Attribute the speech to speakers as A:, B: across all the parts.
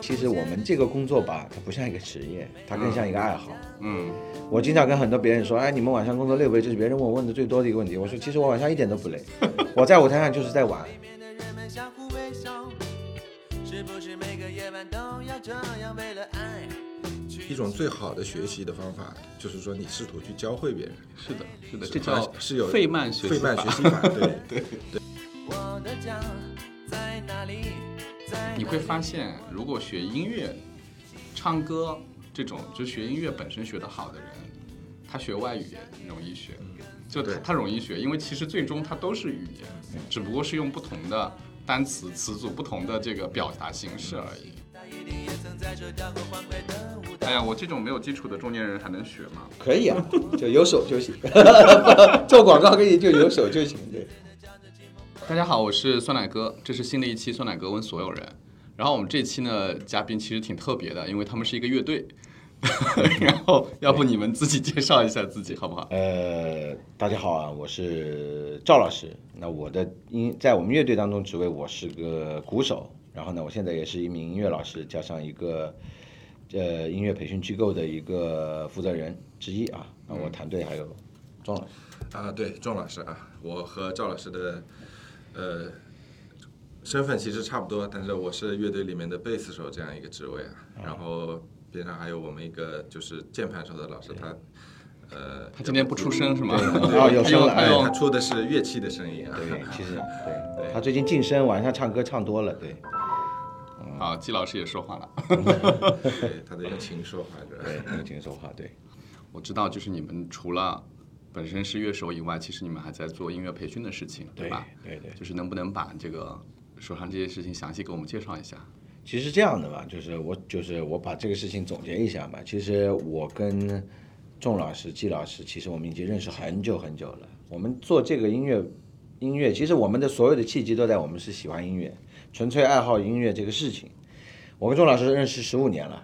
A: 其实我们这个工作吧，它不像一个职业，它更像一个爱好。
B: 嗯
A: 我经常跟很多别人说，哎，你们晚上工作累不累？这是别人问我问的最多的一个问题。我说，其实我晚上一点都不 累，我在舞台上就是在玩。
C: 一种最好的学习的方法，就是说你试图去教会别人。
B: 是的，是的，
C: 是
B: 这叫
C: 它是有
B: 费曼学习
C: 费曼
B: 法
C: 学习 法，对对。
B: 你会发现，如果学音乐、唱歌这种，就学音乐本身学得好的人，他学外语也容易学，就他
C: 对
B: 他容易学，因为其实最终它都是语言，只不过是用不同的单词词组、不同的这个表达形式而已。哎呀，我这种没有基础的中年人还能学吗？
A: 可以啊，就有手就 行，做广告可以就有手就行。对，
B: 大家好，我是酸奶哥，这是新的一期酸奶哥问所有人。然后我们这期呢，嘉宾其实挺特别的，因为他们是一个乐队。 然后，要不你们自己介绍一下自己好不好？
A: 呃，大家好啊，我是赵老师。那我的音在我们乐队当中职位，我是个鼓手。然后呢，我现在也是一名音乐老师，加上一个呃音乐培训机构的一个负责人之一啊。那我团队还有庄老师。
C: 啊，对，庄老师啊，我和赵老师的呃身份其实差不多，但是我是乐队里面的贝斯手这样一个职位啊，然后边上还有我们一个就是键盘手的老师，他呃，
B: 他今天不出声是吗？
A: 哦有
B: 他
A: 声
B: 用
A: 了
B: 他
A: 哎
C: 他
B: 用
C: 出的是乐器的声音啊，
A: 对，其实对
C: 对
A: 他最近晋升，晚上唱歌唱多了，对哎
B: 啊，季老师也说话了。
C: 对，他在用琴说话是吧？
A: 对，用琴说话，对
B: 我知道，就是你们除了本身是乐手以外，其实你们还在做音乐培训的事情，对吧？
A: 对对。
B: 就是能不能把这个手上这些事情详细给我们介绍一下？
A: 其实这样的吧，就是我就是我把这个事情总结一下嘛。其实我跟仲老师、季老师，其实我们已经认识很久很久了。我们做这个音乐，音乐其实我们的所有的契机都在我们是喜欢音乐，纯粹爱好音乐这个事情。我跟仲老师认识十五年了，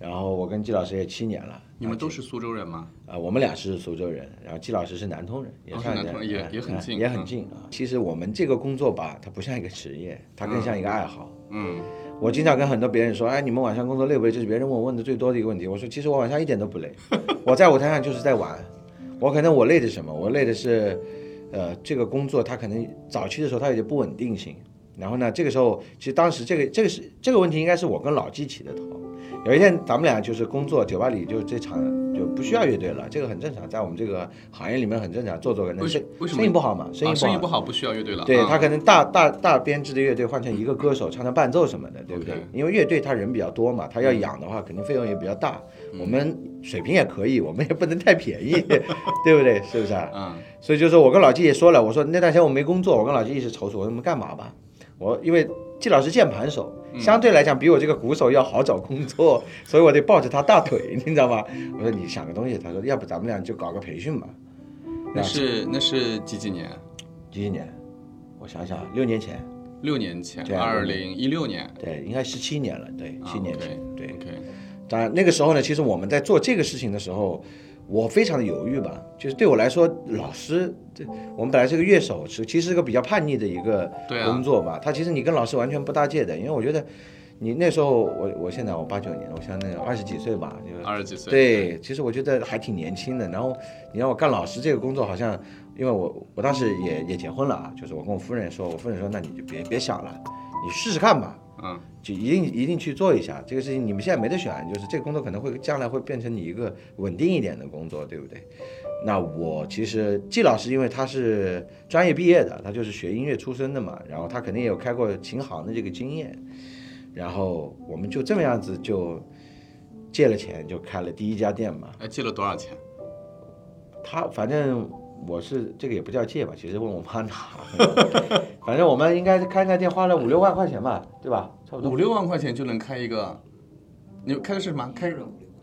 A: 然后我跟季老师也七年了。
B: 你们都是苏州人吗？
A: 啊，我们俩是苏州人，然后季老师是南通人，也
B: 哦是
A: 算
B: 南
A: 人
B: 通人也
A: 哎
B: 也很
A: 哎
B: 近
A: 也
B: 嗯
A: 很近啊。其实我们这个工作吧，它不像一个职业，它更像一个爱好。
B: 嗯，
A: 我经常跟很多别人说，哎，你们晚上工作累不累？这是别人问我问的最多的一个问题。我说，其实我晚上一点都不累，我在舞台上就是在玩。我可能我累的什么？我累的是，呃，这个工作它可能早期的时候它有点不稳定性。然后呢，这个时候其实当时这个这个是这个问题应该是我跟老纪起的头。有一天咱们俩就是工作酒吧里就这场就不需要乐队了，这个很正常，在我们这个行业里面很正常，做做可能
B: 为什
A: 生
B: 为什么
A: 生意不好嘛，生意
B: 啊，
A: 不好
B: 生意不好不需要乐队了。
A: 对
B: 啊
A: 他可能大大大编制的乐队换成一个歌手唱唱伴奏什么的，对不对
B: OK 嗯
A: 因为乐队他人比较多嘛，他要养的话肯定费用也比较大。我们水平也可以，我们也不能太便宜， 对不对？是不是啊？
B: 嗯，
A: 所以就是我跟老季也说了，我说那段时间我没工作，我跟老季一直踌躇，我说我们干嘛吧？我因为季老师键盘手，
B: 嗯
A: 相对来讲比我这个鼓手要好找工作，所以我得抱着他大腿，你知道吧？我说你想个东西，他说要不咱们俩就搞个培训吧。
B: 那是那是几几年？
A: 几几年？我想想啊，六年前。
B: 六年前，
A: 对
B: 二
A: 啊
B: 零一六年，
A: 对，应该是七年了，对，七年前，对。
B: 啊，OK，
A: 当然那个时候呢，其实我们在做这个事情的时候，我非常的犹豫吧，就是对我来说，老师，对我们本来是个乐手，是其实是个比较叛逆的一个
B: 对啊
A: 工作吧。他其实你跟老师完全不搭界的，因为我觉得你那时候，我我现在我八九年，我想那个二十几岁吧，就是
B: 二十几岁，
A: 对，其实我觉得还挺年轻的。然后你让我干老师这个工作，好像因为我我当时也也结婚了啊，就是我跟我夫人说，我夫人说那你就别别想了，你试试看吧，
B: 嗯，
A: 就一定一定去做一下这个事情。你们现在没得选，就是这个工作可能会将来会变成你一个稳定一点的工作，对不对？那我其实季老师，因为他是专业毕业的，他就是学音乐出身的嘛，然后他肯定也有开过琴行的这个经验，然后我们就这么样子就借了钱就开了第一家店嘛。
B: 哎，借了多少钱？
A: 他反正我是这个也不叫借吧，其实问我妈拿， 反正我们应该是开那店花了五六万块钱吧，对吧？差不多
B: 五六万块钱就能开一个，你开的是什么？开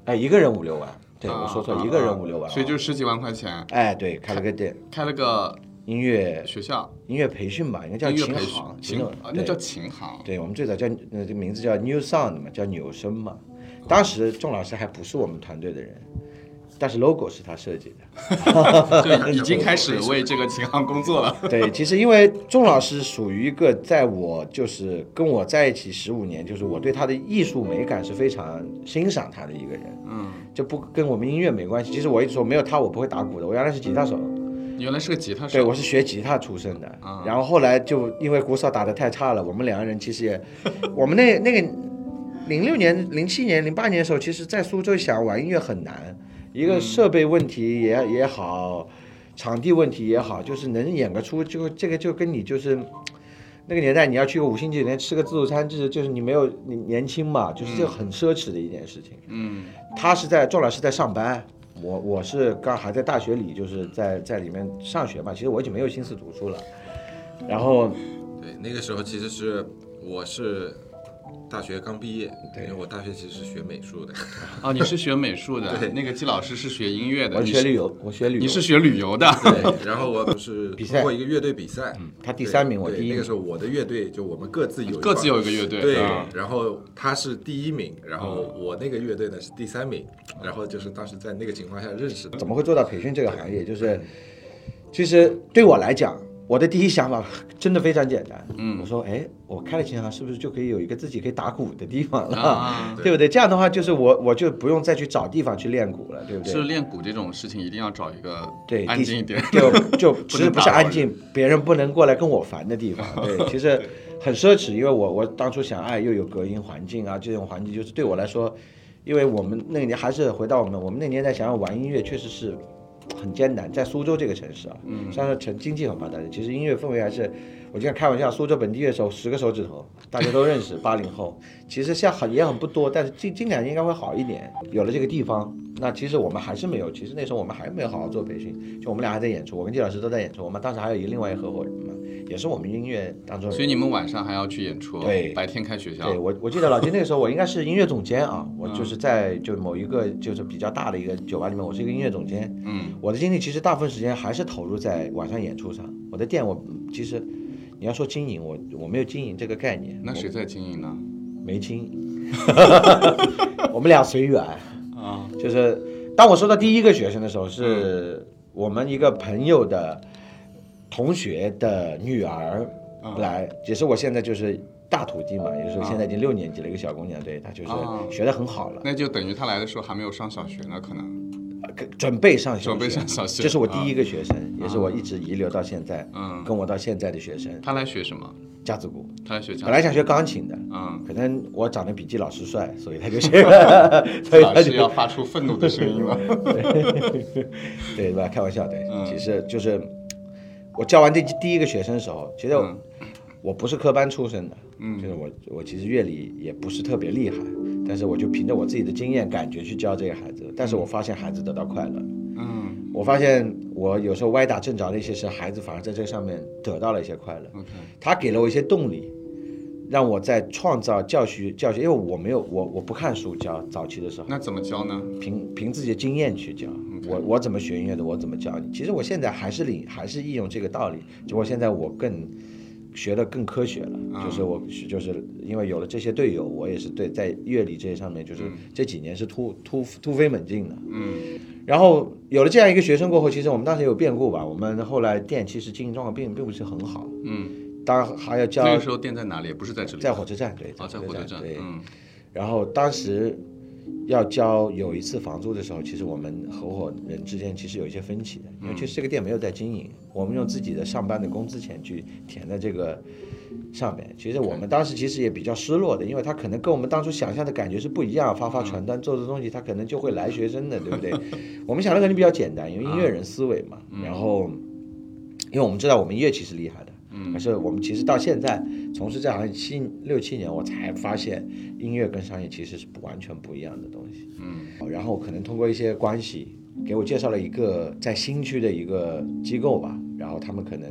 A: 哎，一个人五六万，对
B: 啊
A: 我说错
B: 啊，
A: 一个
B: 啊
A: 人五六万，
B: 所以就是十几万块钱，
A: 哎，对，开了个店，
B: 开了个
A: 音乐
B: 学校
A: 音乐培训吧，应该叫
B: 音乐
A: 琴
B: 培
A: 行，
B: 训，
A: 其
B: 琴
A: 实
B: 啊，那
A: 对
B: 叫琴 行，
A: 对，我们最早叫那这名字
B: 啊
A: 叫 New Sound 嘛，叫扭声嘛。当时仲老师还不是我们团队的人，但是 logo 是他设计的。
B: 对，已经开始为这个琴行工作了。
A: 对，其实因为钟老师属于一个在我就是跟我在一起十五年，就是我对他的艺术美感是非常欣赏他的一个人，
B: 嗯，
A: 这不跟我们音乐没关系。其实我一直说没有他我不会打鼓的，我原来是吉他手，
B: 你原来是个吉他嗯
A: 对，
B: 手，
A: 我是学吉他出身的，
B: 啊
A: 然后后来就因为鼓手打得太差了，我们两个人其实也， 我们那那个零六年、零七年、零八年的时候，其实在苏州想玩音乐很难，一
B: 嗯
A: 个设备问题也、也好，场地问题也好，就是能演个出就这个就跟你就是。那个年代，你要去个五星级酒店吃个自助餐，就是就是你没有你年轻嘛，就是这个很奢侈的一件事情。
B: 嗯，
A: 他是在壮老师在上班，我我是刚还在大学里，就是在在里面上学嘛。其实我已经没有心思读书了。然后
C: 对，那个时候其实是我是大学刚毕业，因为我大学其实是学美 术的，
B: 啊，你是学美术的，
C: 对
B: 那个季老师是学音乐的，
A: 我
B: 呃你
A: 学
B: 是
A: 旅游，我学旅游，
B: 你是学旅游的，
C: 对，然后我不是
A: 比赛
C: 通过一个乐队比赛，
A: 他第三名，我
C: 对
A: 第一
C: 那
A: 名
C: 个时。候我的乐队就我们各自有一
B: 各
C: 帮
B: 自有一个乐队，
C: 对
B: 嗯，
C: 然后他是第一名，然后
A: 嗯
C: 我那个乐队呢是第三名，然后就是当时在那个情况下认识的。
A: 怎么会做到培训这个行业？就是，其实对我来讲，我的第一想法真的非常简单。嗯，我说，哎，我开了琴行，是不是就可以有一个自己可以打鼓的地方了？
B: 啊
A: 对不 对？这样的话，就是我我就不用再去找地方去练鼓了，对不对？
B: 是练鼓这种事情一定要找一个
A: 对，
B: 安
A: 地
B: 静 一点，
A: 就 就其实
B: 能
A: 不是
B: 打扰
A: 安
B: 人
A: 静，别人不能过来跟我烦的地方。 对，其实很奢侈，因为我我当初想，哎，又有隔音环境啊，这种环境就是对我来说，因为我们那个年还是回到我们我们那年代想要玩音乐，确实是很艰难，在苏州这个城市啊，嗯，虽然说城经济很发达的，其实音乐氛围还是，我经常开玩笑，苏州本地乐手十个手指头，大家都认识，八零后，其实现在很也很不多，但是近近两年应该会好一点，有了这个地方，那其实我们还是没有，其实那时候我们还没有好好做培训，就我们俩还在演出，我跟季老师都在演出，我们当时还有一个另外一个合伙人嘛，也是我们音乐当中人，
B: 所以你们晚上还要去演出，
A: 对
B: 白天开学校嗯
A: 对，我，我记得老金那个时候，我应该是音乐总监啊，我就是在就某一个就是比较大的一个酒吧里面，我是一个音乐总监。
B: 嗯，
A: 我的精力其实大部分时间还是投入在晚上演出上。我的店我嗯其实你要说经营，我我没有经营这个概念，
B: 那谁在经营呢？
A: 我没经营， 我们俩随缘。
B: 啊，嗯
A: 就是当我收到第一个学生的时候，是我们一个朋友的同学的女儿来，
B: 嗯
A: 也是我现在就是大徒弟嘛，也就是现在已经六年级了，一个小姑娘，对她
B: 啊
A: 就是学得很好了，
B: 那就等于他来的时候还没有上小学呢，可能，
A: 呃准备上小学，
B: 准备上小学啊
A: 这是我第一个学生，也是我一直遗留到现在，
B: 嗯，
A: 跟我到现在的学生
B: 他来学什么？
A: 架子鼓，
B: 他来学
A: 本
B: 家，
A: 来想学钢琴的。
B: 嗯，
A: 可能我长得比季老师帅，所以他就 学，所以
B: 老
A: 他
B: 师
A: 就
B: 要发出愤怒的声 音了。
A: 嗯对吧？开玩笑，对，其实就是我教完这第一个学生的时候，其实我,、不是科班出身的，嗯，就是我我其实乐理也不是特别厉害，但是我就凭着我自己的经验感觉去教这个孩子，但是我发现孩子得到快乐，
B: 嗯
A: 我发现我有时候歪打正着的一些事，孩子反而在这上面得到了一些快乐，
B: ，OK，
A: 他给了我一些动力，让我在创造教学教学，因为我没有我我不看书教早期的时候。
B: 那怎么教呢？
A: 凭凭自己的经验去教。
B: 嗯
A: 我我怎么学音乐的，我怎么教你。其实我现在还是领还是利用这个道理，只不过现在我更学的更科学了，
B: 啊
A: 就是我就是因为有了这些队友，我也是对在乐理这些上面，就是这几年是突突突飞猛进的。
B: 嗯，
A: 然后有了这样一个学生过后，其实我们当时有变故吧，我们后来店其实经营状况并并不是很好，
B: 嗯，
A: 当然还要教
B: 那个时候店在哪里？也不是在这里，
A: 在火车站对，
B: 啊，在火车站，
A: 对，
B: 嗯
A: 然后当时要交有一次房租的时候，其实我们合伙人之间其实有一些分歧的，因为其实这个店没有在经营，我们用自己的上班的工资钱去填在这个上面。其实我们当时其实也比较失落的，因为他可能跟我们当初想象的感觉是不一样，发发传单、做做东西，他可能就会来学生的，对不对？ 我们想的可能比较简单，因为音乐人思维嘛。然后，因为我们知道我们乐器是厉害的。可是我们其实到现在从事这行七六七年，我才发现音乐跟商业其实是不完全不一样的东西。嗯，然后可能通过一些关系，给我介绍了一个在新区的一个机构吧，然后他们可能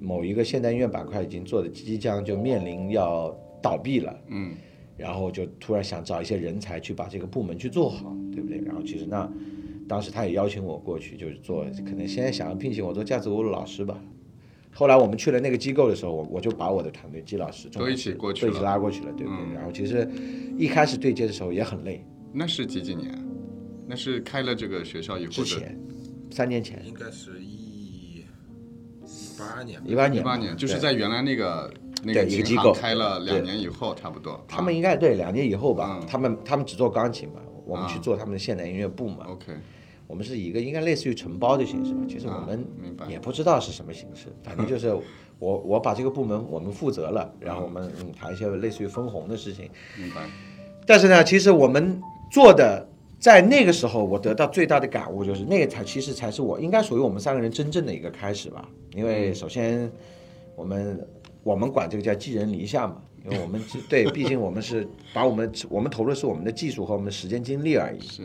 A: 某一个现代音乐板块已经做的即将就面临要倒闭了。
B: 嗯，
A: 然后就突然想找一些人才去把这个部门去做好，对不对？然后其实那当时他也邀请我过去，就是做可能先想要聘请我做架子鼓的老师吧。后来我们去了那个机构的时候，我我就把我的团队季老师
B: 都一起过去
A: 都
B: 了嗯
A: 一起拉过去了，对不对？然后其实一开始对接的时候也很累，
B: 那是几几年？那是开了这个学校以后
A: 之
B: 的
A: 前，三年前，
C: 应该是一一八年吧，
A: 一八年
B: 一
A: 吧，
B: 八年，就是
A: 对
B: 在原来那个那
A: 对
B: 个
A: 一个
B: 琴
A: 机
B: 行
A: 构
B: 开了两
A: 对
B: 年以后，差不多。啊
A: 他们应该对两年以后吧，
B: 嗯
A: 他们他们只做钢琴嘛，我们
B: 啊
A: 去做他们的现代音乐部嘛，
B: 啊 OK，
A: 我们是以一个应该类似于承包的形式吧，其实我们
B: 啊明白
A: 也不知道是什么形式，反正 就是我我把这个部门我们负责了，然后我们嗯谈一些类似于分红的事情，
B: 明白。
A: 但是呢，其实我们做的。在那个时候，我得到最大的感悟就是，那个才其实才是我应该属于我们三个人真正的一个开始吧。因为
B: 嗯
A: 首先，我们我们管这个叫寄人篱下嘛，因为我们 对，毕竟我们是把我们 我们投入的是我们的技术和我们的时间精力而已。
B: 是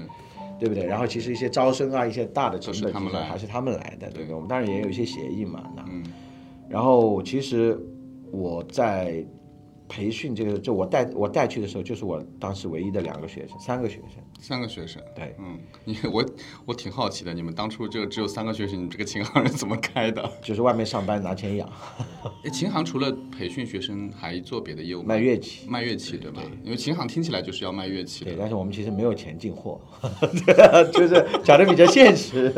A: 对不对？然后其实一些招生啊，一些大的成
B: 都
A: 本
B: 是他们
A: 其实
B: 来
A: 还是他们来的，对不对？
B: 对
A: 我们当然也有一些协议嘛，那
B: 嗯
A: 然后其实我在培训这个，就我带我带去的时候，就是我当时唯一的两个学生，三个学生，
B: 三个学生。
A: 对，
B: 嗯，你我我挺好奇的，你们当初这个只有三个学生，你们这个琴行是怎么开的？
A: 就是外面上班拿钱养，
B: 哎，琴行除了培训学生，还做别的业务吗？
A: 卖乐器，
B: 卖乐器对吧？因为琴行听起来就是要卖乐器
A: 对，
B: 的。
A: 但是我们其实没有钱进货， 就是讲的比较现实，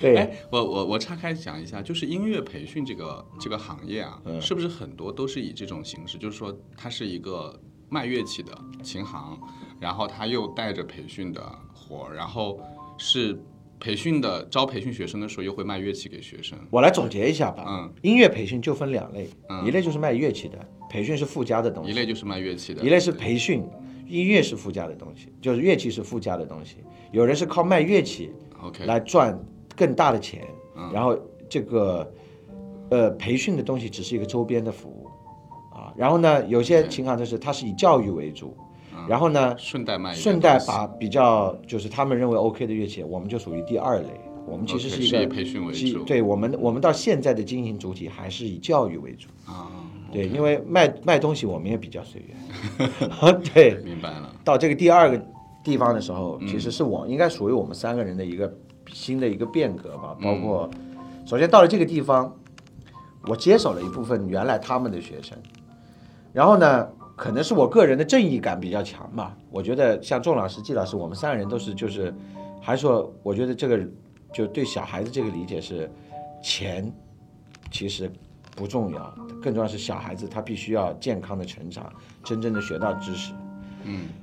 A: 对
B: 哎，我我我岔开讲一下，就是音乐培训这个这个行业啊，
A: 嗯
B: 是不是很多都是以这种形式？就是说，它是一个卖乐器的琴行，然后他又带着培训的活儿，然后是培训的招培训学生的时候又会卖乐器给学生。
A: 我来总结一下吧，
B: 嗯，
A: 音乐培训就分两类，
B: 嗯
A: 一类就是卖乐器的，培训是附加的东西
B: 一。类就是卖乐器的，
A: 一类是培训，音乐是附加的东西，就是乐器是附加的东西。有人是靠卖乐器
B: OK
A: 来赚更大的钱，
B: 嗯
A: 然后这个呃培训的东西只是一个周边的服务啊。然后呢，有些琴行就是它是以教育为主，然后呢
B: 顺带嗯卖一个
A: 顺带
B: 东西啊
A: 把比较就是他们认为 OK 的乐器，我们就属于第二类。我们其实一
B: OK，哦是
A: 个
B: 以培训为
A: 是
B: 主
A: 对我们我们到现在的经营主体还是以教育为主。
B: 啊，
A: 对，因为卖卖东西我们也比较随缘， 对，
B: 明白了，
A: 到这个第二个地方的时候，其实是我应该属于我们三个人的一个新的一个变革吧，包括首先到了这个地方，我接手了一部分原来他们的学生，然后呢，可能是我个人的正义感比较强吧，我觉得像仲老师、季老师，我们三个人都是就是，还说我觉得这个就对小孩子这个理解是，钱其实不重要，更重要是小孩子他必须要健康的成长，真正的学到知识。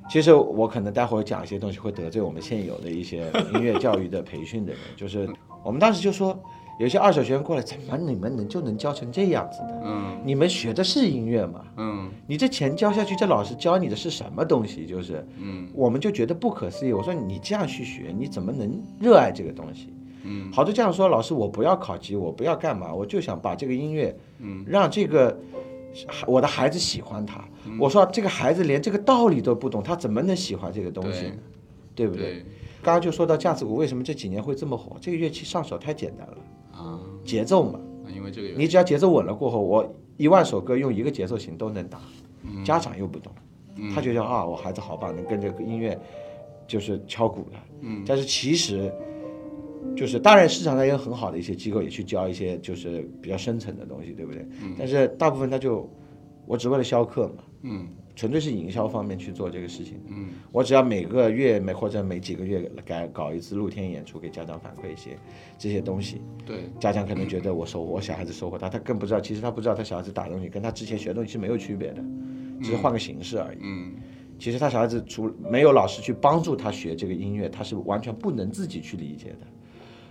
A: 其实我可能待会儿讲一些东西会得罪我们现有的一些音乐教育的培训的人，就是我们当时就说，有些二手学员过来，怎么你们能就能教成这样子的？
B: 嗯
A: 你们学的是音乐吗？
B: 嗯
A: 你这钱交下去，这老师教你的是什么东西？就是，
B: 嗯，
A: 我们就觉得不可思议。我说你这样去学，你怎么能热爱这个东西？
B: 嗯，
A: 好多家长说，老师我不要考级，我不要干嘛，我就想把这个音乐，嗯，让这个我的孩子喜欢它。
B: 嗯
A: 我说这个孩子连这个道理都不懂，他怎么能喜欢这个东西呢？对
B: 对
A: 不对？？刚刚就说到架子鼓为什么这几年会这么火，这个乐器上手太简单了，
B: 啊，
A: 节奏嘛，
B: 那因为这个有
A: 你只要节奏稳了过后，我一万首歌用一个节奏型都能打，
B: 嗯
A: 家长又不懂，他觉得啊，我孩子好棒，能跟着音乐就是敲鼓了。嗯，但是其实就是当然市场上也有很好的一些机构也去教一些就是比较深层的东西，对不对？但是大部分他就我只为了销课嘛，
B: 嗯，
A: 纯粹是营销方面去做这个事情。
B: 嗯，
A: 我只要每个月每或者每几个月改搞一次露天演出，给家长反馈一些这些东西。
B: 对
A: 家长可能觉得我收我小孩子收获他，他更不知道，其实他不知道他小孩子打东西跟他之前学的东西是没有区别的，只是换个形式而已。
B: 嗯
A: 其实他小孩子除没有老师去帮助他学这个音乐，他是完全不能自己去理解的。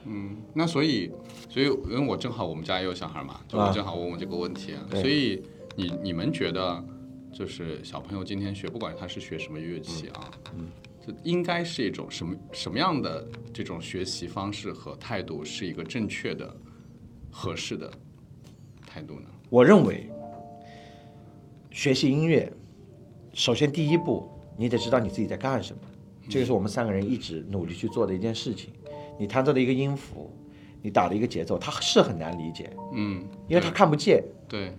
B: 嗯，那所以所以因为我正好我们家也有小孩嘛，就
A: 啊
B: 我正好问我这个问题，啊
A: 对
B: 所以你你们觉得就是小朋友今天学，不管他是学什么乐器啊，嗯。就应该是一种什么什么样的这种学习方式和态度是一个正确的、合适的态度呢？
A: 我认为，学习音乐，首先第一步，你得知道你自己在干什么。
B: 嗯
A: 这个是我们三个人一直努力去做的一件事情。你弹奏的一个音符，你打的一个节奏，他是很难理解，
B: 嗯，
A: 因为他看不见。
B: 对，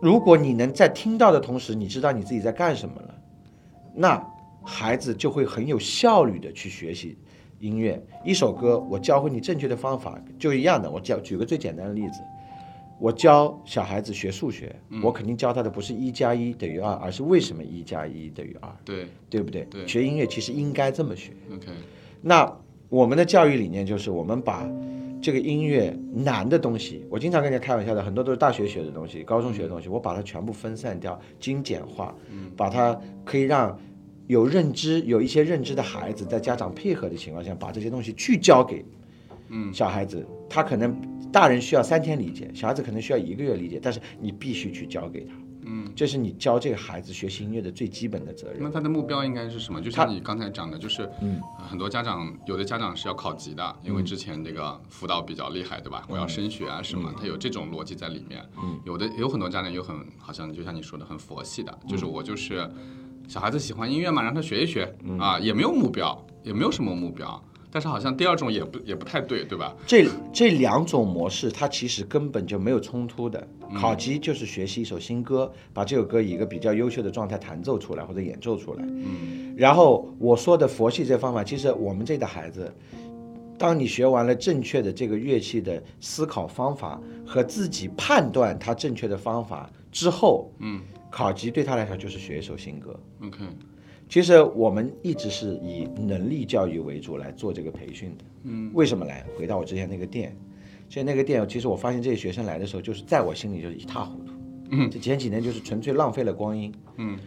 A: 如果你能在听到的同时，你知道你自己在干什么了，那孩子就会很有效率的去学习音乐。一首歌，我教会你正确的方法，就一样的。我教举个最简单的例子，我教小孩子学数学，我肯定教他的不是一加一等于二，而是为什么一加一等于二，
B: 对
A: 对不对？
B: 对
A: 学音乐其实应该这么学。
B: ，OK，
A: 那我们的教育理念就是，我们把这个音乐难的东西，我经常跟人家开玩笑的，很多都是大学学的东西、高中学的东西，我把它全部分散掉、精简化，把它可以让有认知、有一些认知的孩子，在家长配合的情况下，把这些东西聚焦给小孩子，他可能大人需要三天理解，小孩子可能需要一个月理解，但是你必须去教给他。嗯，这是你教这个孩子学习音乐的最基本的责任。
B: 那他的目标应该是什么？就像你刚才讲的，就是
A: 嗯
B: 呃很多家长，有的家长是要考级的，因为之前这个辅导比较厉害，
A: 嗯
B: 对吧？我要升学啊什么，他有这种逻辑在里面。有的有很多家长有很好像就像你说的很佛系
A: 嗯
B: 的，就是我就是小孩子喜欢音乐嘛，让他学一学
A: 嗯
B: 啊，也没有目标，也没有什么目标。但是好像第二种也不也不太对，对吧？
A: 这这两种模式，它其实根本就没有冲突的。考级就是学习一首新歌，把这首歌以一个比较优秀的状态弹奏出来或者演奏出来。嗯，然后我说的佛系这方法，其实我们这代孩子，当你学完了正确的这个乐器的思考方法和自己判断它正确的方法之后，嗯，考级对他来说就是学一首新歌。
B: OK，
A: 其实我们一直是以能力教育为主来做这个培训的。嗯，为什么来？回到我之前那个店，之前那个店，其实我发现这些学生来的时候，就是在我心里就是一塌糊涂。嗯，这前几年就是纯粹浪费了光阴。
B: 嗯，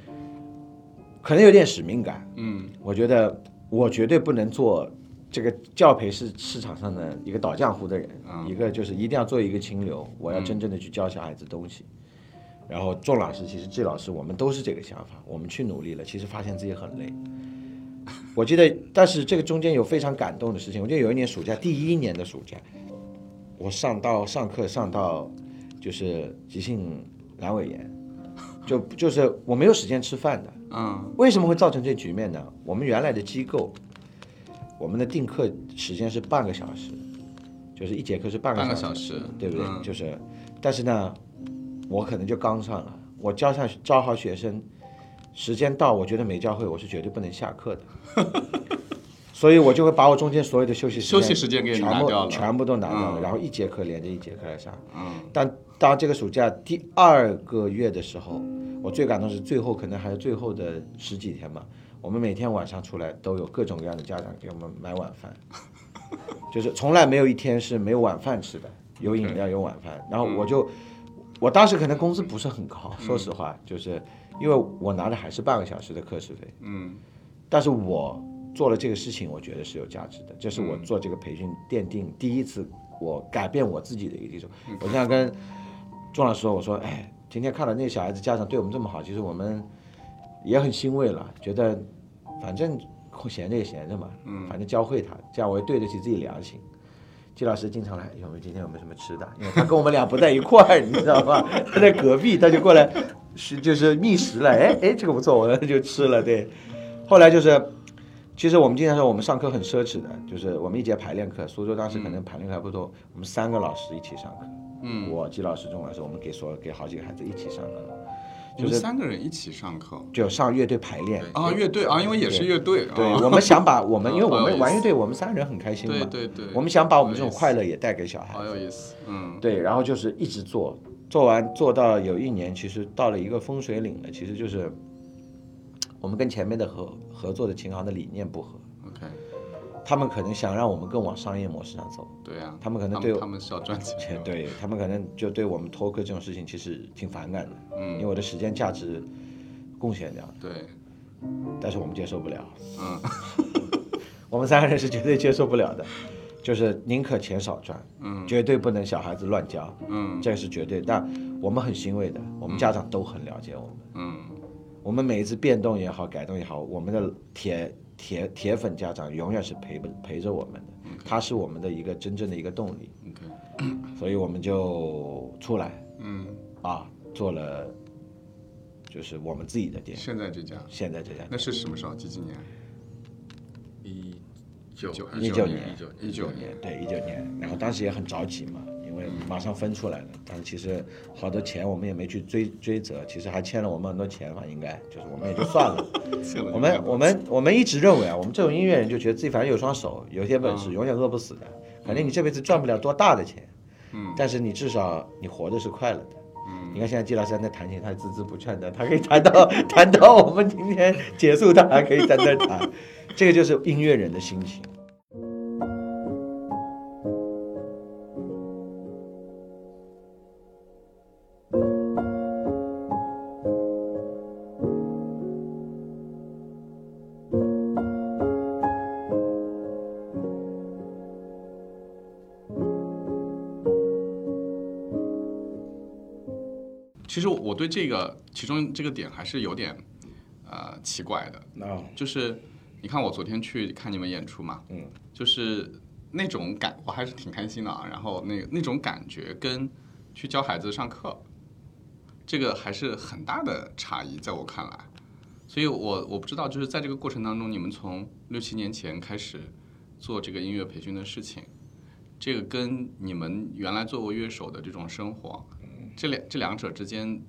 A: 可能有点使命感。
B: 嗯，
A: 我觉得我绝对不能做这个教培市市场上的一个倒浆糊的人，一个就是一定要做一个清流，我要真正的去教小孩子东西。然后仲老师，其实季老师，我们都是这个想法，我们去努力了，其实发现自己很累。我记得，但是这个中间有非常感动的事情。我记得有一年暑假，第一年的暑假，我上到上课上到就是急性阑尾炎，就就是我没有时间吃饭的，
B: 嗯
A: 为什么会造成这局面呢？我们原来的机构，我们的定课时间是半个小时，就是一节课是半个
B: 半个
A: 小
B: 小时
A: 对不对？
B: 嗯
A: 就是，但是呢，我可能就刚上了，我教上招好学生，时间到，我觉得没教会，我是绝对不能下课的。 所以我就会把我中间所有的休息时间、
B: 休息时间给你
A: 全
B: 拿
A: 部
B: 掉了
A: 全部都拿掉了，
B: 嗯
A: 然后一节课连着一节课来上。
B: 嗯
A: 但当这个暑假第二个月的时候，我最感动是最后可能还是最后的十几天吧，我们每天晚上出来都有各种各样的家长给我们买晚饭， 就是从来没有一天是没有晚饭吃的，有饮料有晚饭。然后
B: 嗯
A: 我就，我当时可能工资不是很高，说实话，就是因为我拿的还是半个小时的课时费，
B: 嗯
A: 但是我做了这个事情，我觉得是有价值的。这是我做这个培训奠定第一次我改变我自己的一个基础。我经常跟钟老师说，我说，哎，今天看到那小孩子家长对我们这么好，其实我们也很欣慰了，觉得反正闲着也闲着嘛，反正教会他，这样我也对得起自己良心。季老师经常来，有没有今天有没有什么吃的？因为他跟我们俩不在一块儿，你知道吗？他在隔壁，他就过来，是就是觅食了。哎哎，这个不错，我就吃了。对，后来就是，其实我们经常说我们上课很奢侈的，就是我们一节排练课，苏州当时可能排练课还不多，我们三个老师一起上课，
B: 嗯，
A: 我季老师、钟老师，我们给所给好几个孩子一起上课，
B: 你们三个人一起上课
A: 就上乐队排练。
B: 啊？乐队啊，因为也是乐队啊。
A: 对，我们想把我们，
B: 嗯
A: 因为我
B: 好有意
A: 们
B: 思
A: 玩乐队，我们三人很开心嘛。
B: 对对对，
A: 我们想把我们这
B: 好
A: 种
B: 有意思
A: 快乐也带给小孩
B: 好。有意思，嗯
A: 对，然后就是一直做，做完做到有一年，其实到了一个风水岭了，其实就是我们跟前面的合合作的琴行的理念不合，
B: ，OK，
A: 他们可能想让我们更往商业模式上走，
B: 对呀、
A: 他们可能对我
B: 他们是要啊赚钱的，
A: 对他们可能就对我们脱课这种事情其实挺反感的，因为
B: 嗯，
A: 我的时间价值贡献掉了，
B: 对，
A: 但是我们接受不了，
B: 嗯
A: 我们三个人是绝对接受不了的，就是宁可钱少赚，
B: 嗯
A: 绝对不能小孩子乱教，
B: 嗯
A: 这个是绝对，但我们很欣慰的，我们家长都很了解我们。
B: 嗯
A: 我们每一次变动也好，改动也好，我们的铁铁铁粉家长永远是陪不陪着我们的，他是我们的一个真正的一个动力，
B: ，OK，
A: 所以我们就出来
B: 嗯，
A: 啊，做了就是我们自己的店，
B: 现在这家，
A: 现在这家
B: 那是什么时候？几几年？
C: 一九
A: 一九
C: 九一九
B: 一九
A: 19年，对一九年，然后当时也很着急嘛，因为马上分出来了，但其实好多钱我们也没去追追责，其实还欠了我们很多钱嘛，应该就是我们也就算了。
B: 进了
A: 我们我们我们一直认为啊，我们这种音乐人就觉得自己反正有双手，有些本事，永远饿不死的。反正你这辈子赚不了多大的钱，
B: 嗯，
A: 但是你至少你活着是快乐的。嗯，你看现在季老师还在弹琴，他还孜孜不倦的，他可以弹到弹到我们今天结束，他还可以在那儿弹，这个就是音乐人的心情。
B: 其实我对这个其中这个点还是有点呃奇怪的，
A: 啊，
B: 就是你看我昨天去看你们演出嘛，
A: 嗯，
B: 就是那种感，我还是挺开心的啊。然后那那种感觉跟去教孩子上课，这个还是很大的差异，在我看来。所以我我不知道，就是在这个过程当中，你们从六七年前开始做这个音乐培训的事情，这个跟你们原来做过乐手的这种生活，这两这两者之间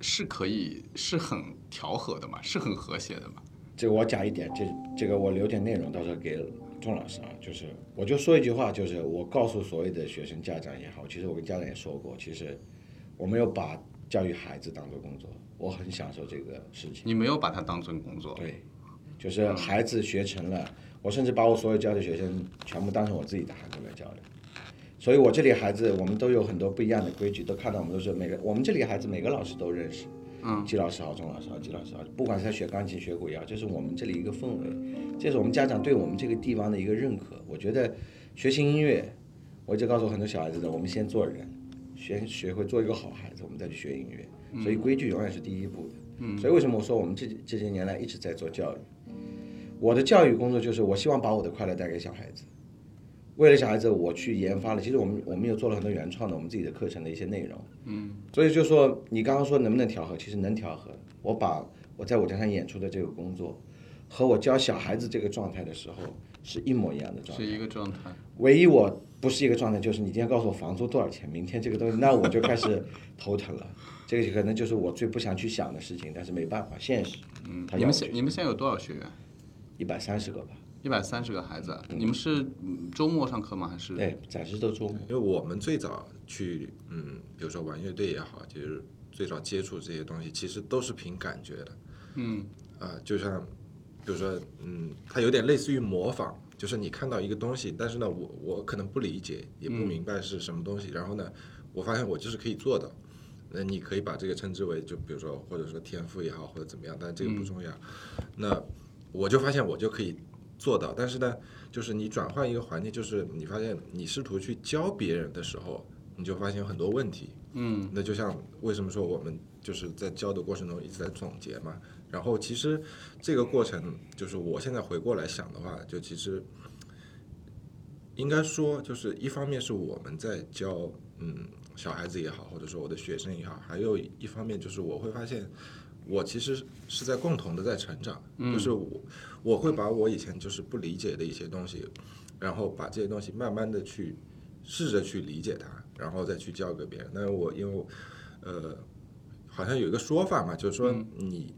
B: 是可以是很调和的嘛，是很和谐的嘛。
A: 这个我讲一点，这这个我留点内容，到时候给钟老师啊，就是我就说一句话，就是我告诉所有的学生家长也好，其实我跟家长也说过，其实我没有把教育孩子当做工作，我很享受这个事情。
B: 你没有把它当成工作，
A: 对，就是孩子学成了，我甚至把我所有教的学生全部当成我自己的孩子来教的。所以我这里孩子，我们都有很多不一样的规矩，都看到我们都是每个我们这里孩子每个老师都认识，
B: 嗯，
A: 季老师好，钟老师好，季老师好，不管是他学钢琴学古谣，这是我们这里一个氛围，这是我们家长对我们这个地方的一个认可。我觉得学习音乐，我一直告诉很多小孩子的，我们先做人，先学会做一个好孩子，我们再去学音乐。所以规矩永远是第一步的。嗯，所以为什么我说我们这这些年来一直在做教育？我的教育工作就是我希望把我的快乐带给小孩子。为了小孩子，我去研发了。其实我们我们又做了很多原创的我们自己的课程的一些内容。嗯，所以就说你刚刚说能不能调和，其实能调和。我把我在舞台上演出的这个工作，和我教小孩子这个状态的时候是一模一样的状态。
B: 是一个状态。
A: 唯一我不是一个状态，就是你今天告诉我房租多少钱，明天这个东西，那我就开始头疼了。 这个可能就是我最不想去想的事情，但是没办法，现实。嗯他
B: 你
A: 要
B: 们现你们现在有多少学员？
A: 一百三十个吧，
B: 一百三十个孩子，啊你们是嗯周末上课吗？还是
A: 对，暂时都周末。
C: 因为我们最早去，嗯，比如说玩乐队也好，就是最早接触这些东西，其实都是凭感觉的。嗯，啊、就像，比如说，嗯，它有点类似于模仿，就是你看到一个东西，但是呢，我我可能不理解，也不明白是什么东西，然后呢，我发现我就是可以做到。那你可以把这个称之为，就比如说，或者说天赋也好，或者怎么样，但这个不重要。那我就发现我就可以做到，但是呢，就是你转换一个环境，就是你发现你试图去教别人的时候，你就发现有很多问题。嗯，那就像为什么说我们就是在教的过程中一直在总结嘛。然后其实这个过程，就是我现在回过来想的话，就其实应该说，就是一方面是我们在教，嗯，小孩子也好，或者说我的学生也好，还有一方面就是我会发现，我其实是在共同的在成长，就是我我会把我以前就是不理解的一些东西，然后把这些东西慢慢的去试着去理解它，然后再去教给别人。但是我因为呃，好像有一个说法嘛，就是说
B: 嗯
C: 你。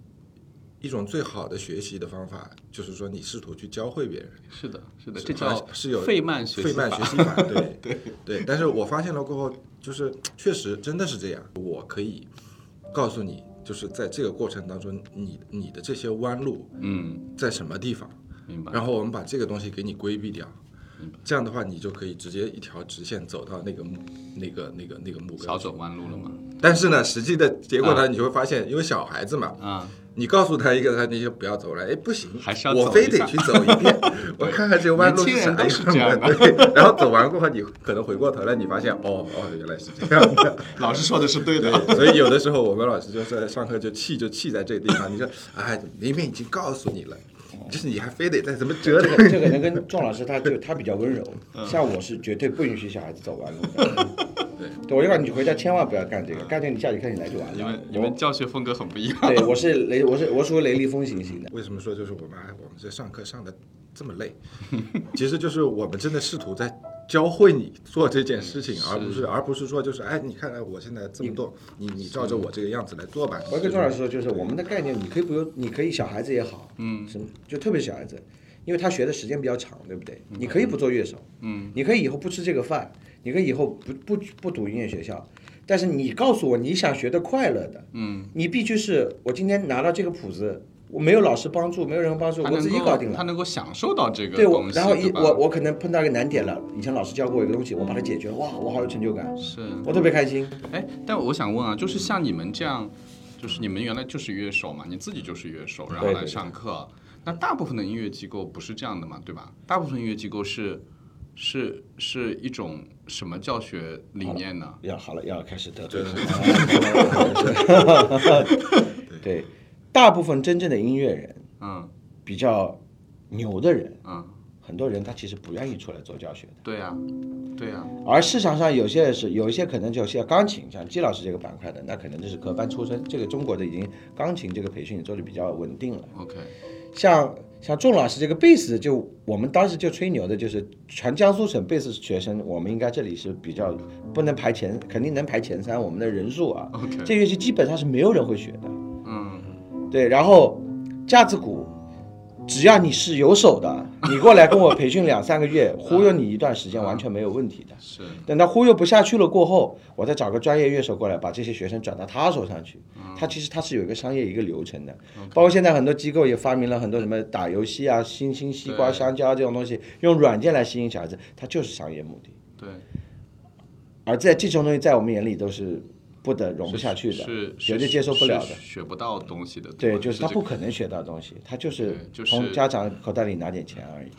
C: 一种最好的学习的方法，就是说你试图去教会别人。
B: 是的，是的，
C: 是
B: 这叫
C: 是有
B: 费曼学
C: 费
B: 习
C: 曼
B: 法
C: 学习法， 对对对。但是我发现了过后，就是确实真的是这样。我可以告诉你，就是在这个过程当中，你你的这些弯路
B: 嗯，
C: 在什么地方，
B: 明白。
C: 然后我们把这个东西给你规避掉。这样的话，你就可以直接一条直线走到那个目、那个、那个、那个目标
B: 少。走弯路了嘛？
C: 但是呢，实际的结果呢，你会发现，因为小孩子嘛，
A: 嗯
B: 啊，
C: 你告诉他一个，他你就不要走了。哎，不行，
B: 还是要
C: 我
B: 走
C: 非
B: 一
C: 得
B: 下
C: 去走一 遍，我看看这个弯路啥
B: 年轻人都是这样
C: 样
B: 的
C: 对，然后走完过后，你可能回过头来，你发现哦哦，原来是这样 的。
B: 老师说的是对的。
C: 对，所以有的时候我们老师就在上课就气就气在这个地方。你说，哎，明明已经告诉你了，
B: 哦
C: 就是你还非得再怎么折
A: 这
C: 腾。
A: 个这个能跟钟老师他就他比较温柔，
B: 嗯
A: 像我是绝对不允许小孩子走弯路 的。对，我就告诉你回家千万不要干这个，干这个你下节课你来就完
B: 你
A: 了
B: 们。你们教学风格很不一样。
A: 我对我是雷，我是我属于雷厉风行型的。
C: 为什么说就是我们哎，我们这上课上的这么累？ 其实就是我们真的试图在教会你做这件事情，而不是而不是说就是哎，你看看我现在这么做，你你照着我这个样子来做吧。
A: 嗯我跟钟老师说，就是我们的概念，你可以不用，你可以小孩子也好，嗯，什么就特别是小孩子，因为他学的时间比较长，对不对？你可以不做乐手，嗯，你可以以后不吃这个饭，你可以以后不不不读音乐学校，但是你告诉我你想学的快乐的，嗯，你必须是我今天拿到这个谱子，我没有老师帮助，没有人帮助，
B: 他
A: 我
B: 能
A: 自己
B: 够
A: 搞定了
B: 他。能够享受到这个
A: 对我
B: 东，西，
A: 然后一
B: 对吧
A: 我我可能碰到一个难点了，以前老师教过我一个东西，我把它解决了，哇，我好有成就感，
B: 是
A: 我特别开心。
B: 哎，但我想问啊，就是像你们这样，就是你们原来就是乐手嘛，你自己就是乐手，然后
A: 对
B: 来
A: 对
B: 上课。那大部分的音乐机构不是这样的嘛，对吧？大部分音乐机构是是是一
A: 哦
B: 种什么教学理念呢？
A: 要好了，要开始得罪
C: 对
A: 人
C: 对
A: 了。 对，大部分真正的音乐人，
B: 嗯
A: 比较牛的人，
B: 嗯，
A: 很多人他其实不愿意出来做教学的。
B: 对呀、对啊呀、
A: 而市场上有些人是有一些可能就像钢琴，像季老师这个板块的，那可能就是科班出身。这个中国的已经钢琴这个培训做的比较稳定了。
B: o k
A: 像像仲老师这个贝斯，就我们当时就吹牛的，就是全江苏省贝斯学生，我们应该这里是比较不能排前，肯定能排前三。我们的人数啊
B: OK
A: 这乐器基本上是没有人会学的。
B: 嗯，
A: 对，然后架子鼓，只要你是有手的，你过来跟我培训两三个月，忽悠你一段时间完全没有问题的。
B: 是
A: 等到忽悠不下去了过后，我再找个专业乐手过来，把这些学生转到他手上去。
B: 嗯
A: 他其实他是有一个商业一个流程的，包括现在很多机构也发明了很多什么打游戏啊、星星、西瓜、
B: 对
A: 香蕉这种东西，用软件来吸引小孩子，它就是商业目的。
B: 对，
A: 而在这种东西在我们眼里都是不得容不下去的，
B: 是
A: 绝对接受不了的。
B: 学不到东西的，
A: 对，
B: 吧
A: 就是他
B: 这
A: 不可能学到东西，他就是
B: 对就是
A: 从家长口袋里拿点钱而已。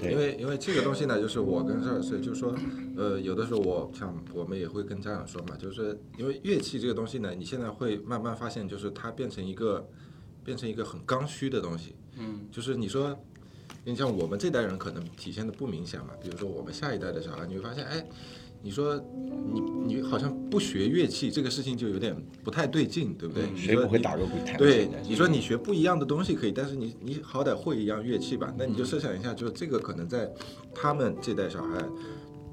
A: 对
C: 因为因为这个东西呢，就是我跟赵老师，就是说，呃，有的时候我像我们也会跟家长说嘛，就是说因为乐器这个东西呢，你现在会慢慢发现，就是它变成一个变成一个很刚需的东西。嗯，就是你说，你像我们这代人可能体现的不明显嘛，比如说我们下一代的小孩，你会发现，哎，你说你你好像不学乐器这个事情就有点不太对劲，对不对？
B: 嗯
C: 你
A: 谁
C: 说
A: 不会
C: 你
A: 打个滚弹个
C: 对
A: 琴，的？
C: 你说你学不一样的东西可以，但是你你好歹会一样乐器吧？那你
B: 嗯
C: 就设想一下，就是这个可能在他们这代小孩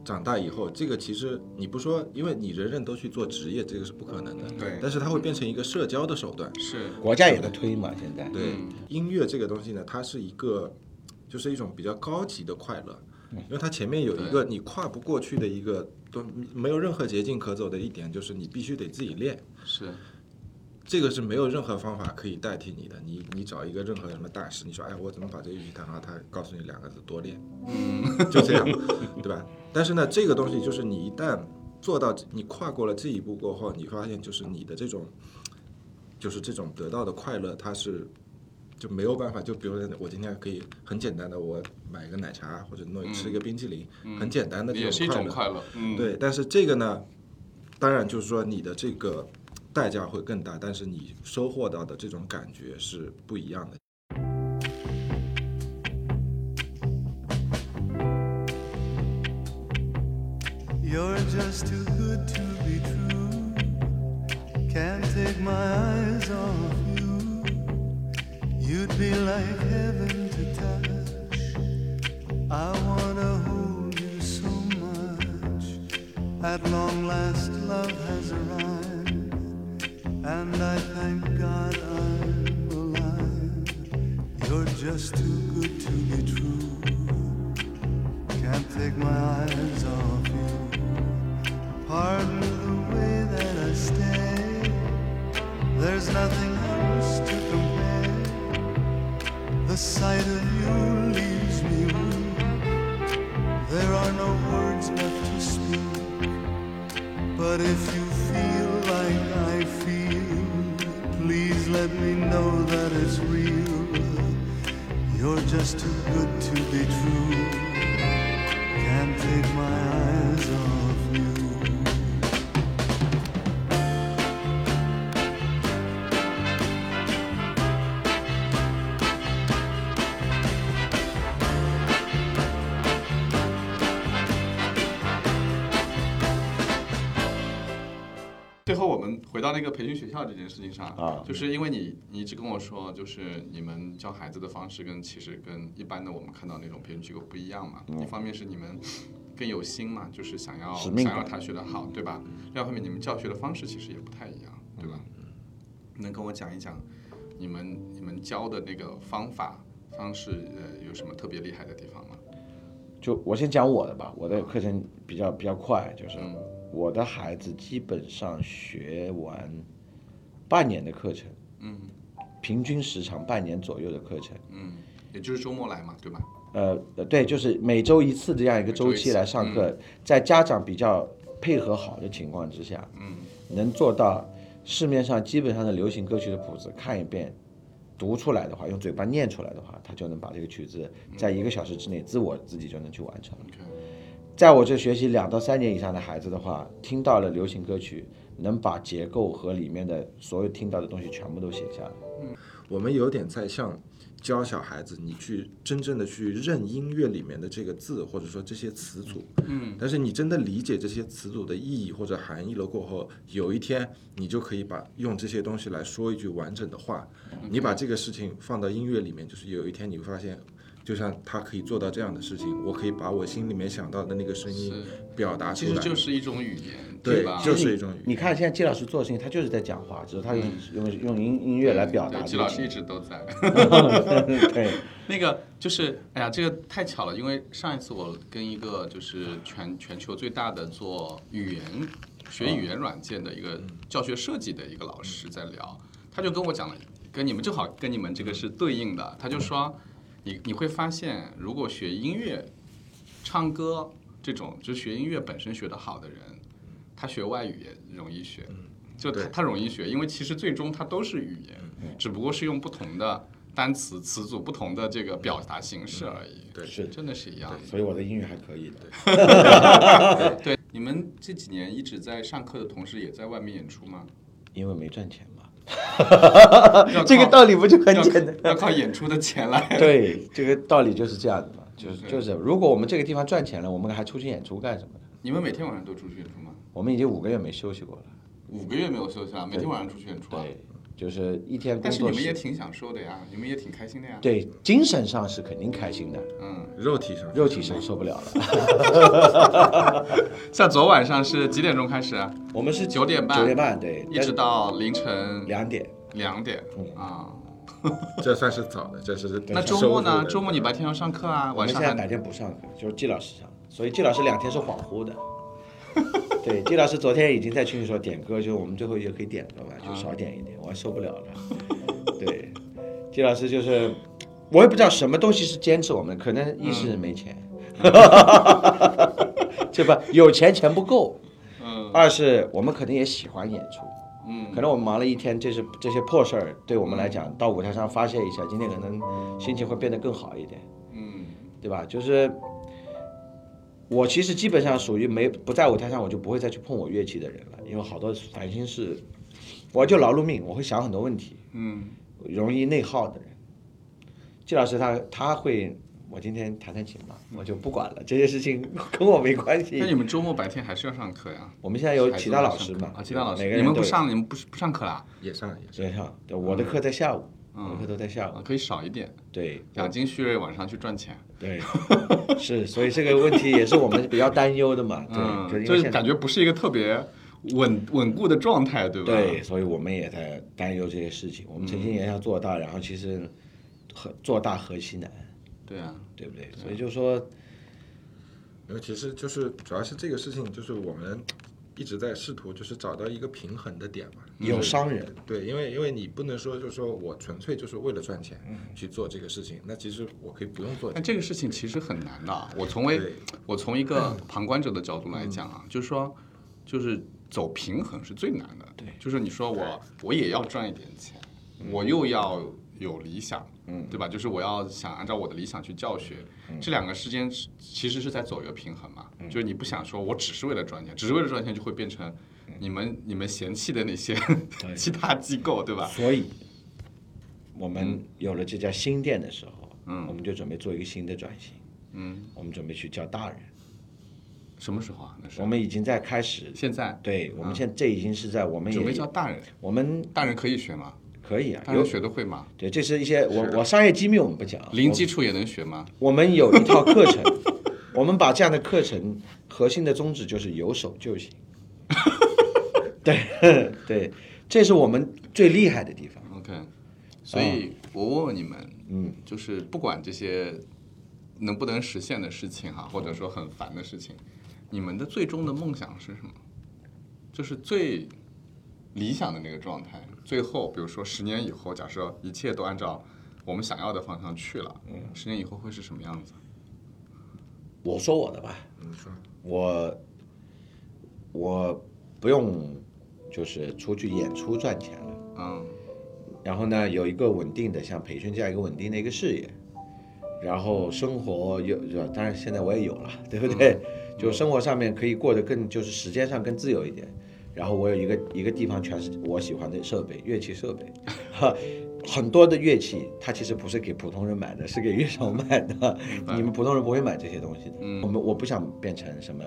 C: 长大以后，这个其实你不说，因为你人人都去做职业，这个是不可能的。
B: 对
C: 但是它会变成一个社交的手段。
B: 是
A: 国家也在推嘛，现在。
C: 对
B: 嗯，
C: 音乐这个东西呢，它是一个，就是一种比较高级的快乐，
B: 嗯
C: 因为它前面有一个你跨不过去的一个都没有任何捷径可走的一点，就是你必须得自己练。
B: 是，
C: 这个是没有任何方法可以代替你的。你你找一个任何什么大师，你说哎，我怎么把这个乐器弹好？他告诉你两个字：多练，就这样，对吧？但是呢，这个东西就是你一旦做到这，你跨过了这一步过后，你发现就是你的这种，就是这种得到的快乐，它是。就没有办法，就比如说我今天可以很简单的，我买个奶茶或者弄吃一个冰淇淋，很简单的这
B: 也是一种
C: 乐
B: 快乐，嗯，
C: 对，但是这个呢，当然就是说你的这个代价会更大，但是你收获到的这种感觉是不一样的。
D: You're just too good to be true. Can't take my eyes off you. You'd be like heaven to touch. I wanna hold you so much. At long last, love has arrived. And I thank God I'm alive. You're just too good to be true. Can't take my eyes off you. Pardon the way that I stay. There's nothing else to compare. The sight of you leaves me weak. There are no words left to speak. But if you feel like I feel, please let me know that it's real. You're just too good to be true. Can't take my eyes off you.
B: 最后我们回到那个培训学校这件事情上
A: 啊
B: 就是因为你你一直跟我说，就是你们教孩子的方式跟其实跟一般的我们看到那种培训机构不一样嘛。一方面是你们更有心嘛，就是想要
A: 嗯使命
B: 想
A: 感
B: 要他学得好，对吧？另一方面，你们教学的方式其实也不太一样，对吧？
A: 嗯
B: 能跟我讲一讲你们你们教的那个方法方式呃有什么特别厉害的地方吗？
A: 就我先讲我的吧，我的课程比较比较快，就是
B: 嗯
A: 我的孩子基本上学完半年的课程，
B: 嗯
A: 平均时长半年左右的课程，
B: 嗯，也就是周末来嘛，对吧？
A: 呃，呃对，就是每周一次的这样一个
B: 每周
A: 周
B: 一
A: 期
B: 次嗯
A: 来上课，在家长比较配合好的情况之下，
B: 嗯，
A: 能做到市面上基本上的流行歌曲的谱子看一遍。读出来的话，用嘴巴念出来的话，他就能把这个曲子
B: 嗯
A: 在一个小时之内自我自己就能去完成。
B: 你看，
A: 在我这学习两到三年以上的孩子的话，听到了流行歌曲，能把结构和里面的所有听到的东西全部都写下来。
C: 我们有点在像教小孩子，你去真正的去认音乐里面的这个字，或者说这些词组。嗯。但是你真的理解这些词组的意义或者含义了过后，有一天你就可以把用这些东西来说一句完整的话。
B: 嗯
C: 你把这个事情放到音乐里面，就是有一天你会发现。就像他可以做到这样的事情，我可以把我心里面想到的那个声音表
A: 啊
C: 达出
B: 其
C: 来。
B: 实就是一种语言，
C: 对
B: 吧？
C: 就
A: 其实
C: 是
A: 你
C: 一种语言
A: 你看现在季老师做的事情，他就是在讲话，只是他用用用音音乐来表达
B: 嗯对
A: 这个事情。
B: 季老师一直都在。
A: 对，
B: 那个就是，哎呀，这个太巧了，因为上一次我跟一个就是全全球最大的做语言学语言软件的一
C: 嗯
B: 个教学设计的一个老师在聊，他就跟我讲了，跟你们正好跟你们这个是对应的，他就
C: 嗯
B: 说，你你会发现，如果学音乐、唱歌这种，就学音乐本身学得好的人，他学外语也容易学，就
C: 嗯
B: 他
C: 对嗯
B: 他容易学，因为其实最终它都是语言，只不过是用不同的单词词组、不同的这个表达形式而已。
C: 嗯对
A: 是
B: 真的是一样的。
A: 所以我的英语还可以的。
B: 对，你们这几年一直在上课的同时，也在外面演出吗？
A: 因为没赚钱嘛。
B: 要
A: 这个
B: 靠
A: 道理不就很
B: 要
A: 简单？
B: 要靠演出的钱来。
A: 对，这个道理就是这样的嘛，就是
B: 是
A: 就是，如果我们这个地方赚钱了，我们还出去演出干什么呢？
B: 你们每天晚上都出去演出吗？
A: 我们已经五个月没休息过了。
B: 五个月没有休息了，每天晚上出去演出啊。
A: 对，就是一天工
B: 但是
A: 作
B: 你们也
A: 时。
B: 挺享受的呀，你们也挺开心的呀。，
A: 对，精神上是肯定开心的，
B: 嗯。
C: 肉体上，
A: 肉体上受不了 了。
B: 像昨晚上是几点钟开始啊？
A: 我们是
B: 九点半
A: 九点半对，
B: 一直到凌晨
A: 两点。
B: 两点
A: 嗯
B: 啊。
C: 这算是早的，这是
B: 那周末
C: 收入
B: 呢？
C: 的
B: 周末你白天要上课啊，
A: 我
B: 晚
A: 们
B: 上
A: 现在
B: 还
A: 白天不上课，就是季老师上，所以季老师两天是恍惚 的。对，季老师昨天已经在群里说点歌，就是我们最后也可以点歌嘛，
B: 啊
A: 就少点一点，我还受不 了了。对，季老师就是，我也不知道什么东西是坚持我们，可能一是没钱，
B: 嗯
A: 对吧？有钱钱不够，
B: 嗯
A: 二是我们可能也喜欢演出，
B: 嗯
A: 可能我们忙了一天，这是这些破事儿对我们来讲，到舞台上发泄一下，今天可能心情会变得更好一点。
B: 嗯
A: 对吧？就是我其实基本上属于没不在舞台上，我就不会再去碰我乐器的人了，因为好多烦心事，我就劳碌命，我会想很多问题，
B: 嗯
A: 容易内耗的人。季老师他他会，我今天弹弹琴嘛，我就不管了，这些事情 跟我没关
B: 那你
A: 系。
B: 们周末白天还是要上课呀？
A: 我们现在有
B: 还是
A: 其他
B: 要
A: 老
B: 上
A: 师
B: 课
A: 嘛
B: 啊，，其他老
A: 每
B: 师，
A: 个
B: 你
A: 人
B: 们
A: 都
B: 不
A: 有
B: 上，嗯你们不是不上课啦？
C: 也上也上，
A: 对上，对我的课在下午，我的课都在下 午
B: 啊，可以少一点，
A: 对
B: 养精蓄锐，晚上去赚钱。
A: 对，是，所以这个问题也是我们比较担忧的嘛，
B: 嗯
A: 对，，因
B: 就
A: 为
B: 是
A: 现在
B: 感觉不是一个特别稳稳固的状态，对吧？嗯
A: 对，，所以我们也在担忧这些事情。我们曾经也想做大，然后其实和做大何其难，
B: 对啊，
A: 对不对？所以就说，
C: 尤其是就是主要是这个事情，就是我们一直在试图就是找到一个平衡的点嘛。
B: 嗯
A: 有商人
C: 对，因为因为你不能说就是说我纯粹就是为了赚钱去做这个事情，那其实我可以不用做。
B: 但这个事情其实很难的啊。我从为
C: 对
B: 我从一 个旁观者的角度来讲啊，就是说，就是走平衡是最难的。对，就是你说我我也要赚一点钱，我又要有理想，嗯，对吧？就是我要想按照我的理想去教学，这两个之间是其实是在走一个平衡嘛。就是你不想说我只是为了赚钱，只是为了赚钱就会变成你们你们嫌弃的那些 其他机构，对吧？
A: 所以我们有了这家新店的时候，
B: 嗯
A: 我们就准备做一个新的转型，
B: 嗯，
A: 我们准备去教大人。
B: 什么时候啊？那是
A: 我们已经在开始，
B: 现在
A: 对我们现在这已经是在我们
B: 准备
A: 也
B: 教大人，
A: 我们
B: 大人可以学吗？
A: 可以啊，
B: 大
A: 有
B: 人学得会吗？
A: 对，这是一些我我商业机密我们不讲啊，
B: 零
A: 我
B: 基础也能学吗？
A: 我们有一套课程， 我们把这样的课程核心的宗旨就是有手就行。对 对，这是我们最厉害的地方。
B: OK，所嗯以我问问你们，嗯，就是不管这些能不能实现的事情哈、或者说很烦的事情，你们的最终的梦想是什么？就是最理想的那个状态。最后，比如说十年以后，假设一切都按照我们想要的方向去了，嗯，十年以后会是什么样子？
A: 我说我的吧，
C: 你说
A: 我我不用就是出去演出赚钱了，
B: 嗯
A: 然后呢有一个稳定的像培训这样一个稳定的一个事业，然后生活有，有当 然现在我也有了，对不对？就生活上面可以过得更就是时间上更自由一点，然后我有一个一个地方全是我喜欢的设备，乐器设备， 哈，很多的乐器它其实不是给普通人买的，是给乐手买的，你们普通人不会买这些东西的。
B: 嗯
A: 我们我不想变成什么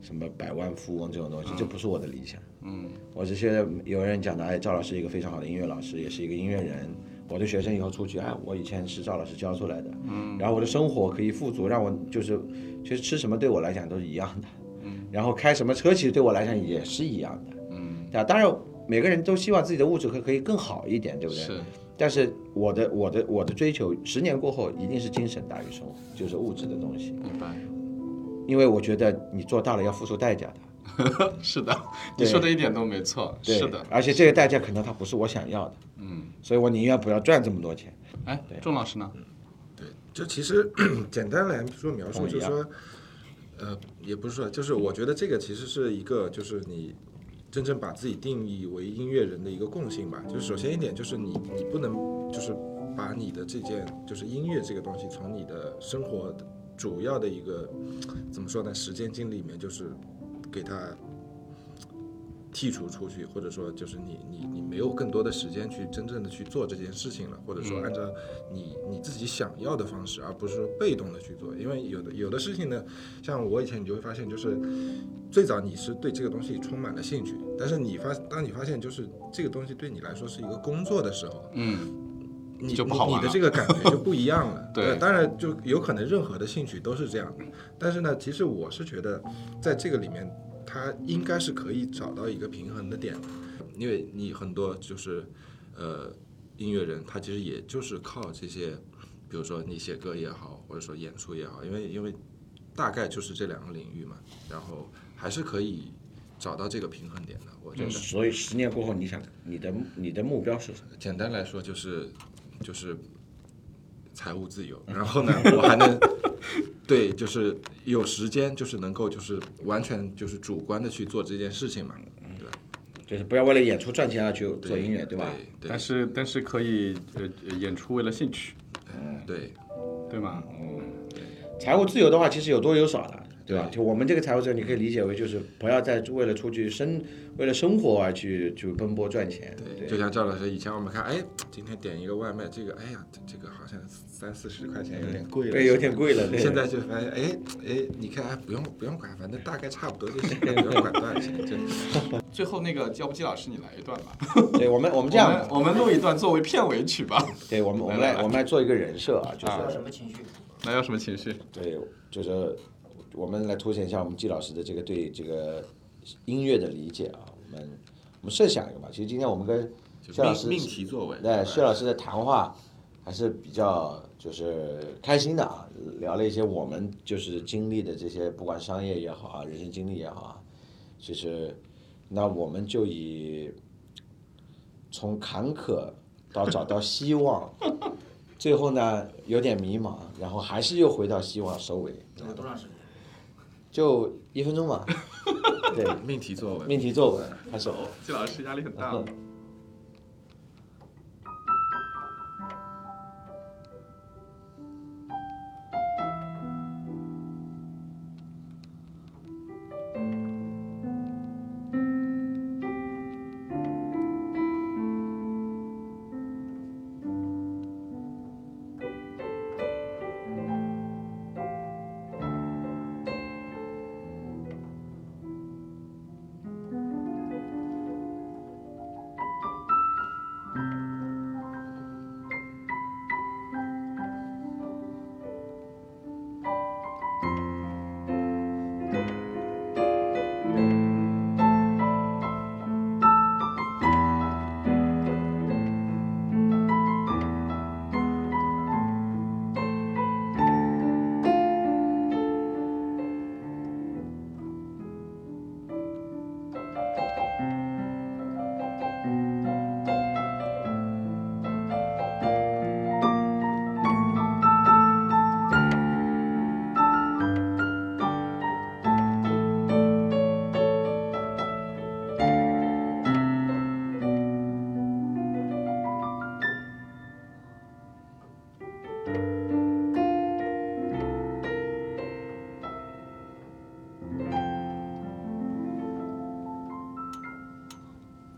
A: 什么百万富翁这种东西，这不是我的理想。
B: 嗯，
A: 我只是有人讲的，哎，赵老师一个非常好的音乐老师，也是一个音乐人。我的学生以后出去，哎，我以前是赵老师教出来的，嗯，然后我的生活可以富足，让我就是，其实吃什么对我来讲都是一样的，嗯，然后开什么车其实对我来讲也是一样的，
B: 嗯，
A: 对吧？啊当然，每个人都希望自己的物质可可以更好一点，对不对？
B: 是，
A: 但是我的我的我的追求，十年过后一定是精神大于生活，就是物质的东西，
B: 明白。
A: 因为我觉得你做大了要付出代价的，
B: 是的，你
A: 对
B: 说的一点都没错。
A: 对
B: 是的，
A: 而且这个代价可能它不是我想要的，
B: 嗯，
A: 所以我宁愿不要赚这么多钱。
B: 哎，钟老师呢？
C: 对，就其实 简单来说描述，
A: 同意
C: 就是
A: 啊
C: 说，呃，也不是说，就是我觉得这个其实是一个，就是你真正把自己定义为音乐人的一个共性吧。就是首先一点，就是你你不能就是把你的这件就是音乐这个东西从你的生活的主要的一个怎么说呢，时间精力里面就是给它剔除出去，或者说就是你你你没有更多的时间去真正的去做这件事情了，或者
A: 嗯
C: 说按照你你自己想要的方式，而不是说被动的去做。因为有的有的事情呢，像我以前你就会发现，就是最早你是对这个东西充满了兴趣，但是你发当你发现就是这个东西对你来说是一个工作的时候，
B: 嗯，
C: 你
B: 就不好
C: 你
B: 玩
C: 你的
B: 了。
C: 这个感觉就不一样了
B: 对
C: 当然就有可能任何的兴趣都是这样的，但是呢，其实我是觉得在这个里面，它应该是可以找到一个平衡的点，因为你很多就是呃音乐人，他其实也就是靠这些，比如说你写歌也好，或者说演出也好，因为因为大概就是这两个领域嘛，然后还是可以找到这个平衡点的，我觉得。
A: 所以十年过后，你想你的你的目标是什么？
C: 简单来说就是就是财务自由，然后呢，我 还能对，就是有时间，就是能够就是完全就是主观的去做这件事情嘛，对吧？
A: 就是不要为了演出赚钱而去嗯做音乐，对
C: 对
A: 吧？？
C: 对
B: 但是但是可以呃呃演出为了兴趣，
C: 对
B: 对吗？
A: 财务自由的话，其实有多有少的，对吧？就我们这个财务自由，你可以理解为就是不要再为了出去生为了生活而去去奔波赚钱，
C: 对，就像赵老师以前我们看，哎，今天点一个外卖，这个哎呀，这这个好像三四十块钱有点贵了，
A: 对，有点贵了。对
C: 现在就发现，哎哎，你看，哎，不用不用管，反正大概差不多就行，不用管多少钱，这
B: 最后那个，要不季老师你来一段吧？
A: 对我们 我们这
B: 我
A: 样
B: 们，我们录一段作为片尾曲 吧。
A: 对我们我们
B: 来来
A: 来
B: 来
A: 我们来做一个人设啊，就
B: 啊
A: 是
E: 什么情绪？
B: 来，要什么情绪？
A: 对，就是我们来凸显一下我们季老师的这个对这个音乐的理解啊。我们我们设想一个吧，其实今天我们跟
C: 就
A: 谢老师
C: 命命题作文，
A: 对，
C: 是
A: 薛
C: 吧
A: 老师的谈话还是比较就是开心的啊，聊了一些我们就是经历的这些，不管商业也好啊，人生经历也好啊，就是那我们就以从坎坷到找到希望，最后呢有点迷茫，然后还是又回到希望收尾，
E: 有多长时间？
A: 就一分钟 嘛，对，
C: 命题作文，
A: 命题作文开始。
B: 季老师压力很大。
A: 嗯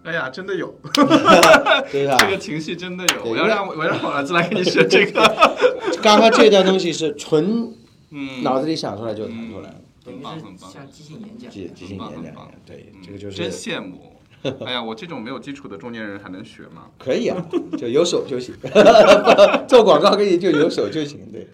B: 哎呀，真的有，
A: 对吧？
B: 这个情绪真的有。
A: 对因
B: 我要
A: 为
B: 让我我要让我儿子来给你学这 个。
A: 刚刚这段东西是纯
B: 嗯，
A: 脑子里想出来就弹出来了，
B: 很棒很棒，
E: 像即兴演讲，
A: 即即兴
B: 很
A: 演
B: 棒很
A: 讲
B: 棒。，
A: 对
B: 嗯，
A: 这个就
B: 真
A: 是
B: 羡 慕。哎呀，我这种没有基础的中年人还能学吗？
A: 可以啊，就有手就行，做广告可以就有手就行，对。